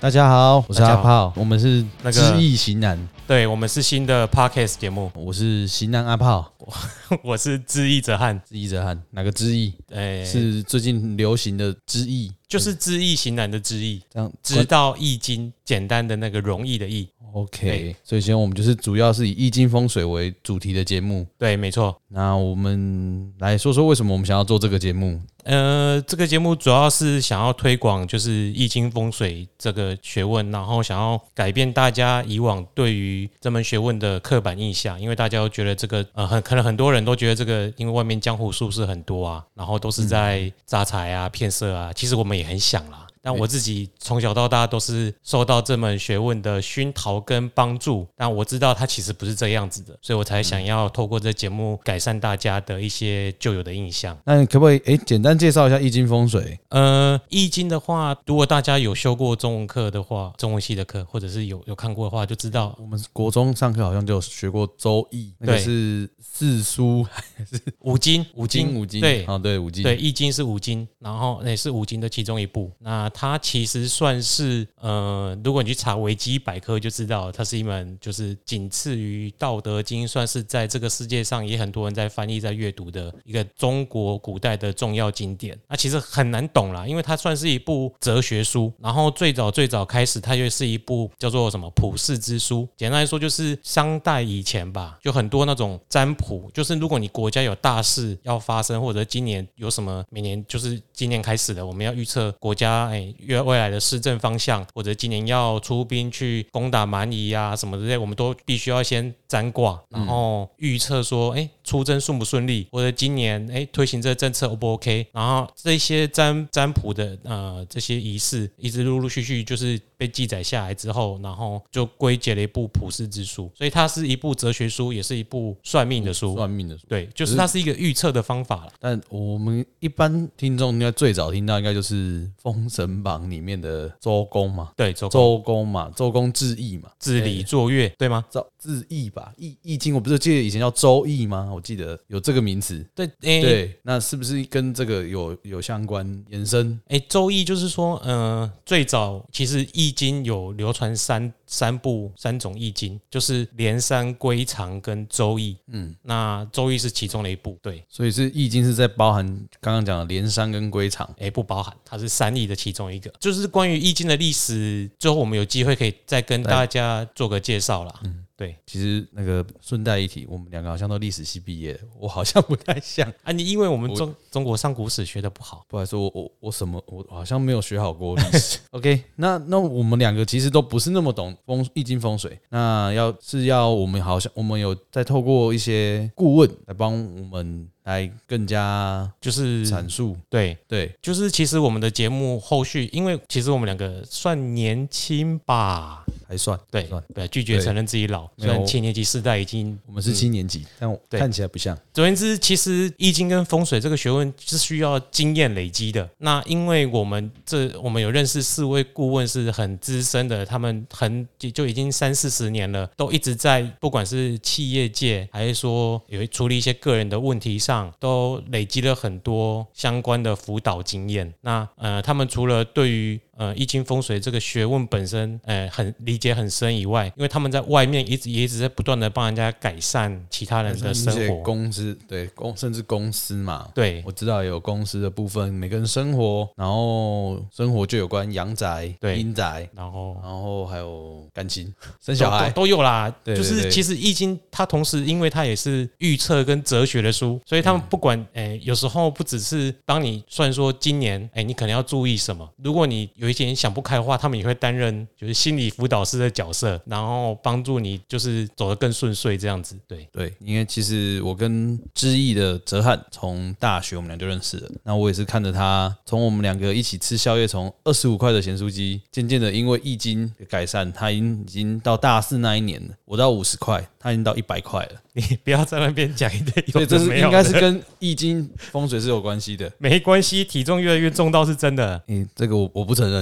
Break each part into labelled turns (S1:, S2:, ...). S1: 大家好，我是
S2: 大
S1: 阿
S2: 家好
S1: 炮，我们是
S2: 那个
S1: 知易行难，
S2: 对我们是新的 podcast 节目，
S1: 我是行难阿炮，
S2: 我是知易者汉，
S1: 知易者汉，哪个知易？
S2: 哎、
S1: 是最近流行的知易，
S2: 就是知易行难的知易，
S1: 这样
S2: 知道易经简单的那个容易的易，
S1: OK。所以今
S2: 哎
S1: 天我们就是主要是以易经风水为主题的节目。
S2: 对，没错。
S1: 那我们来说说为什么我们想要做这个节目？
S2: 呃，这个节目主要是想要推广就是易经风水这个学问，然后想要改变大家以往对于这门学问的刻板印象，因为大家都觉得这个呃很可能很多人都觉得这个，因为外面江湖术士很多啊，然后都是在诈财啊、骗色啊，其实我们也很想啦。但我自己从小到大都是受到这门学问的熏陶跟帮助，但我知道它其实不是这样子的，所以我才想要透过这节目改善大家的一些旧有的印象。
S1: 那你可不可以诶简单介绍一下易经风水？
S2: 呃，《易经》的话，如果大家有修过中文课的话，中文系的课，或者是有有看过的话，就知道
S1: 我们国中上课好像就有学过《周易》，那个
S2: 对
S1: 是四书
S2: 五经，五
S1: 五
S2: 经，
S1: 五经
S2: 对。
S1: 啊，对五经，
S2: 对，《易经》是五经，然后也是五经的其中一部。那它其实算是呃，如果你去查维基百科就知道，它是一门就是仅次于《道德经》，算是在这个世界上也很多人在翻译、在阅读的一个中国古代的重要经典。那其实很难懂啦，因为它算是一部哲学书。然后最早最早开始，它又是一部叫做什么《普世之书》。简单来说，就是商代以前吧，就很多那种占卜，就是如果你国家有大事要发生，或者今年有什么，每年就是今年开始的，我们要预测国家哎越未来的施政方向，或者今年要出兵去攻打蛮夷啊什么之类，我们都必须要先占卦，然后预测说哎出征顺不顺利，或者今年哎推行这个政策 O 不 OK，然后这些占占卜的呃这些仪式，一直陆陆续续就是被记载下来之后，然后就归结了一部普世之书，所以它是一部哲学书，也是一部算命的书。
S1: 算命的书。
S2: 对，就是它是一个预测的方法啦。
S1: 但我们一般听众应该最早听到应该就是《封神榜》里面的周公嘛，
S2: 对，周公
S1: 周公嘛，周公治义嘛，
S2: 治理作乐，对吗？
S1: 周治义吧，易易经，我不是记得以前叫周易吗？我记得有这个名词。
S2: 对，诶、
S1: 对，那是不是跟这个有有相关延伸？
S2: 哎，《周易》就是说，呃，最早其实《易经》有流传三三部三种《易经》，就是《连山》《归藏》跟《周易》。嗯，那《周易》是其中的一部，对，
S1: 所以是易经是在包含刚刚讲的连山跟归场。
S2: 哎，不包含，它是三易的其中一个。就是关于《易经》的历史，最后我们有机会可以再跟大家做个介绍啦。嗯，对。
S1: 其实那个顺带一提，我们两个好像都历史系毕业的，我好像不太像。
S2: 啊，你因为我们中中国上古史学的不好，
S1: 不好意思，我我我什么我好像没有学好过历史。OK，那 那我们两个其实都不是那么懂风易经风水，那要是要我们好像我们有在透过一些顾问来帮我们来更加
S2: 就是
S1: 阐述，
S2: 对，
S1: 对，
S2: 就是其实我们的节目后续，因为其实我们两个算年轻吧，
S1: 还算
S2: 对
S1: 算
S2: 对，拒绝
S1: 对
S2: 承认自己老，
S1: 没
S2: 虽
S1: 有
S2: 然七年级世代已经。
S1: 我们是七年级，但我
S2: 对
S1: 看起来不像。
S2: 总而言之，其实易经跟风水这个学问是需要经验累积的。那因为我们这我们有认识四位顾问是很资深的，他们很就已经三四十年了，都一直在不管是企业界还是说有处理一些个人的问题上，都累积了很多相关的辅导经验。那呃，他们除了对于呃易经风水这个学问本身，呃很理解很深以外，因为他们在外面一直也一直在不断的帮人家改善其他人的生
S1: 一些
S2: 活。
S1: 公司对公甚至公司嘛，
S2: 对
S1: 我知道有公司的部分，每个人生活，然后生活就有关阳宅、
S2: 对
S1: 阴宅，
S2: 然后
S1: 然后还有感情、生小孩。
S2: 都都有啦，
S1: 对
S2: 就
S1: 对对
S2: 是其实易经它同时，因为它也是预测跟哲学的书，所以
S1: 嗯
S2: 他们不管诶、有时候不只是当你算说今年诶、你可能要注意什么，如果你有一点想不开的话，他们也会担任就是心理辅导师的角色，然后帮助你就是走得更顺遂这样子。对，
S1: 对，因为其实我跟知意的哲汉从大学我们俩就认识了，那我也是看着他从我们两个一起吃宵夜，从二十五块的咸酥鸡，渐渐的因为易经的改善，他已经已经到大四那一年了，我到五十块，他已经到一百块了，
S2: 你不要在那边讲一堆 有
S1: 所以这
S2: 的
S1: 是
S2: 没有
S1: 应
S2: 的，
S1: 该是跟易经风水是有关系的。
S2: 没关系，体重越来越重倒是真的。
S1: 嗯，这个我我不承认。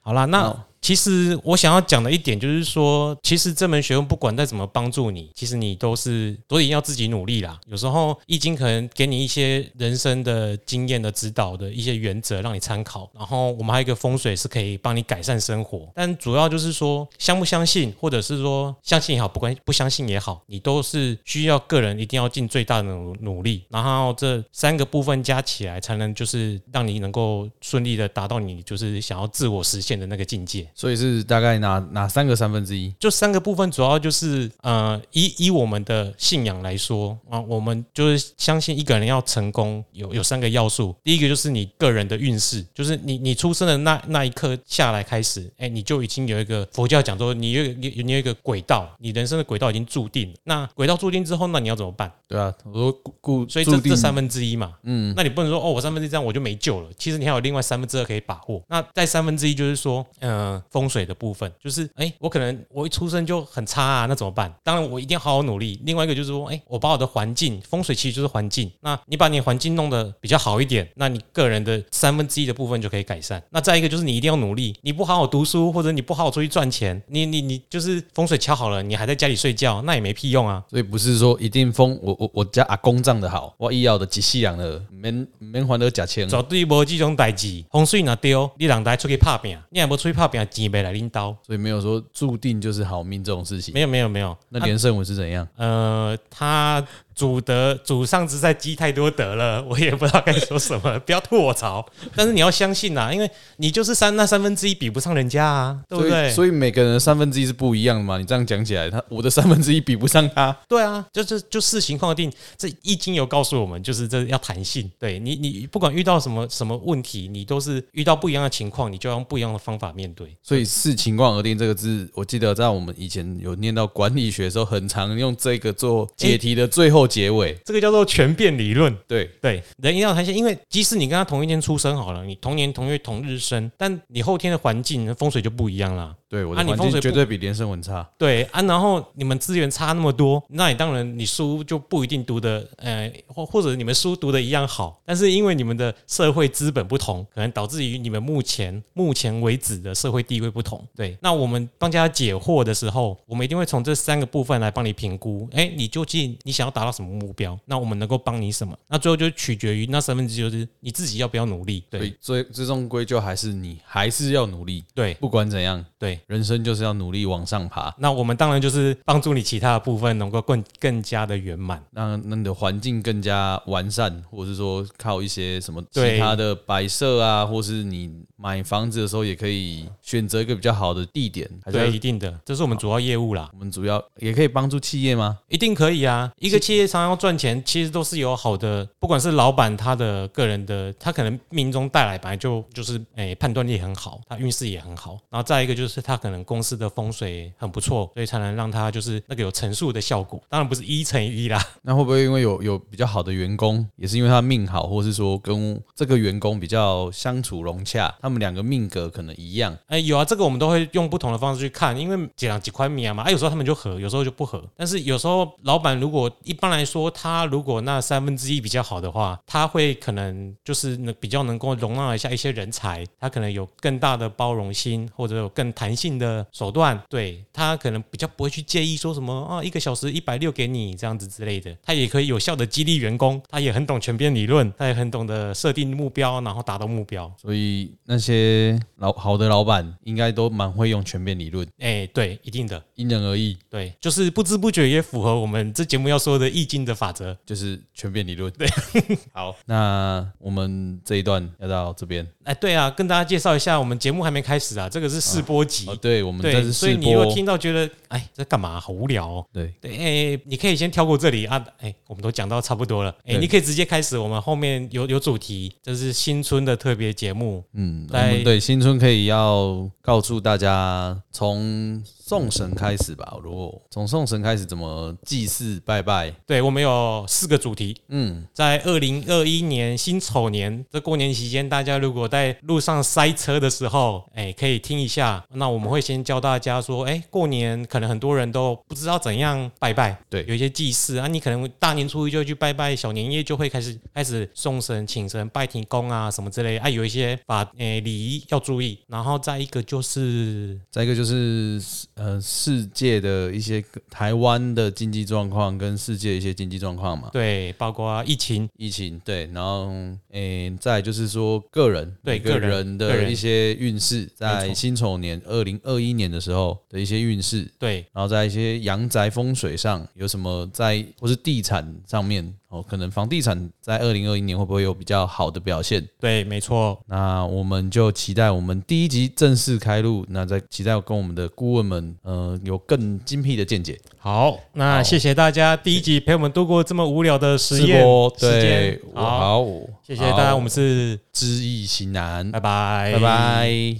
S2: 好啦，那
S1: 好
S2: 其实我想要讲的一点就是说，其实这门学问不管再怎么帮助你，其实你都是都一定要自己努力啦。有时候易经可能给你一些人生的经验的指导的一些原则让你参考，然后我们还有一个风水是可以帮你改善生活，但主要就是说相不相信，或者是说相信也好，不管不相信也好，你都是需要个人一定要尽最大的努努力，然后这三个部分加起来才能就是让你能够顺利的达到你就是想要自我实现的那个境界。
S1: 所以是大概哪哪三个三分之一？
S2: 就三个部分，主要就是呃，以以我们的信仰来说啊，我们就是相信一个人要成功有有三个要素。第一个就是你个人的运势，就是你你出生的那那一刻下来开始，哎，你就已经有一个佛教讲说你有一个你你有一个轨道，你人生的轨道已经注定了。那轨道注定之后，那你要怎么办？
S1: 对啊，我说固固，
S2: 所以这
S1: 注定
S2: 这三分之一嘛，嗯，那你不能说哦，我三分之一这样我就没救了。其实你还有另外三分之二可以把握。那在三分之一就是说，嗯，风水的部分，就是哎、我可能我一出生就很差啊，那怎么办？当然我一定要好好努力。另外一个就是说，哎、我把我的环境，风水其实就是环境。那你把你的环境弄得比较好一点，那你个人的三分之一的部分就可以改善。那再一个就是你一定要努力，你不好好读书，或者你不好好出去赚钱，你你你就是风水敲好了，你还在家里睡觉，那也没屁用啊。
S1: 所以不是说一定封我我我家阿公长得好，我以后的吉西人的免免还得假钱。
S2: 绝对无这种代志，风水若丢，你人来出去拍拼，你也无出去拍拼，钱袂来恁兜。
S1: 所以没有说注定就是好命这种事情。
S2: 没有没有没有，啊
S1: 那连胜文是怎样？
S2: 呃，他祖德祖上之在积太多德了， 我也不知道该说什么， 不要吐我槽。但是你要相信啊，因为你就是三那三分之一比不上人家啊，对不
S1: 所以
S2: 对？
S1: 所以每个人的三分之一是不一样的嘛。你这样讲起来，他我的三分之一比不上他，
S2: 对啊，就就就视情况而定。这易经有告诉我们，就是这要弹性。对你你不管遇到什么什么问题，你都是遇到不一样的情况，你就要用不一样的方法面对。
S1: 所以视情况而定这个字，我记得在我们以前有念到管理学的时候，很常用这个做解题的最后结尾。
S2: 这个叫做全变理论。
S1: 对，
S2: 对，人一定要弹性，因为即使你跟他同一天出生好了，你同年同月同日生，但你后天的环境风水就不一样啦。
S1: 对，我的
S2: 啊你
S1: 环
S2: 风
S1: 境
S2: 水
S1: 绝
S2: 不
S1: 对比连胜文差。
S2: 对啊，然后你们资源差那么多，那你当然你书就不一定读的，呃，或或者你们书读的一样好，但是因为你们的社会资本不同，可能导致于你们目前目前为止的社会地位不同。对，那我们帮大家解惑的时候，我们一定会从这三个部分来帮你评估，哎，你究竟你想要达到什么目标？那我们能够帮你什么？那最后就取决于那三分之一，就是你自己要不要努力。
S1: 所
S2: 对
S1: 以最最终归咎还是你还是要努力，
S2: 对
S1: 不管怎样，
S2: 对，
S1: 人生就是要努力往上爬。
S2: 那我们当然就是帮助你其他的部分能够更更加的圆满。
S1: 让那你的环境更加完善，或者是说靠一些什么其
S2: 对
S1: 他的摆设啊，或是你买房子的时候也可以选择一个比较好的地点。还是
S2: 对，
S1: 要
S2: 一定的，这是我们主要业务啦，
S1: 我们主要也可以帮助企业吗？
S2: 一定可以啊。一个企业常要赚钱，其实都是有好的，不管是老板他的个人的，他可能命中带来本来就就是诶、判断力很好，他运势也很好，然后再一个就是他可能公司的风水很不错，所以才能让他就是那个有乘数的效果。当然不是一乘以一啦，
S1: 那会不会因为有有比较好的员工，也是因为他命好，或是说跟这个员工比较相处融洽，他们两个命格可能一样，
S2: 哎、有啊，这个我们都会用不同的方式去看，因为几两几块米啊嘛，啊，有时候他们就合，有时候就不合。但是有时候老板如果一般来说，他如果那三分之一比较好的话，他会可能就是能比较能够容纳一下一些人才，他可能有更大的包容心，或者有更弹性的手段，对他可能比较不会去介意说什么啊，一个小时一百六给你这样子之类的。他也可以有效的激励员工，他也很懂全变理论，他也很懂得设定目标，然后达到目标。
S1: 所以那些老好的老板应该都蛮会用全面理论，
S2: 哎、对，一定的。
S1: 因人而异，
S2: 对，就是不知不觉也符合我们这节目要说的易经的法则。
S1: 就是全面理论。对， 好，那我们这一段要到这边。
S2: 哎，对啊，跟大家介绍一下，我们节目还没开始啊，这个是试播集。
S1: 哦，对，我们这
S2: 对，
S1: 是
S2: 所以
S1: 试
S2: 你如果
S1: 播，
S2: 听到觉得，哎，这干嘛？好无聊哦。
S1: 对，
S2: 对，哎，你可以先跳过这里啊。哎，我们都讲到差不多了。哎，
S1: 对
S2: 你可以直接开始，我们后面有有主题，这是新春的特别节目。
S1: 嗯，我
S2: 在
S1: 们对新春可以要告诉大家，从送神开始吧。如果从送神开始，怎么祭祀拜拜？
S2: 对，我们有四个主题，
S1: 嗯，
S2: 在二零二一年辛丑年这过年期间，大家如果在路上塞车的时候，哎，可以听一下。那我们会先教大家说，哎，过年可可能很多人都不知道怎样拜拜，
S1: 对
S2: 有一些祭祀啊，你可能大年初一就会去拜拜，小年夜就会开始开始送神、请神、拜天公啊什么之类的啊，有一些法诶礼仪要注意，然后再一个就是
S1: 再一个就是呃，世界的一些台湾的经济状况跟世界一些经济状况嘛，
S2: 对，包括疫情，
S1: 疫情对，然后诶、再来就是说个人
S2: 对
S1: 每个
S2: 个人
S1: 人
S2: 个
S1: 的
S2: 人
S1: 一些运势，
S2: 没
S1: 在
S2: 错
S1: 辛丑年二零二一年的时候的一些运势，
S2: 对，
S1: 然后在一些阳宅风水上有什么在，或是地产上面哦，可能房地产在二零二一年会不会有比较好的表现？
S2: 对，没错，
S1: 那我们就期待我们第一集正式开录，那再期待跟我们的顾问们，呃，有更精辟的见解。
S2: 好，那
S1: 好
S2: 谢谢大家第一集陪我们度过这么无聊的实
S1: 直
S2: 验
S1: 播
S2: 时间
S1: 对，，
S2: 好，
S1: 好，
S2: 谢谢大家，
S1: 好
S2: 我们是
S1: 知易行难，
S2: 拜拜，
S1: 拜拜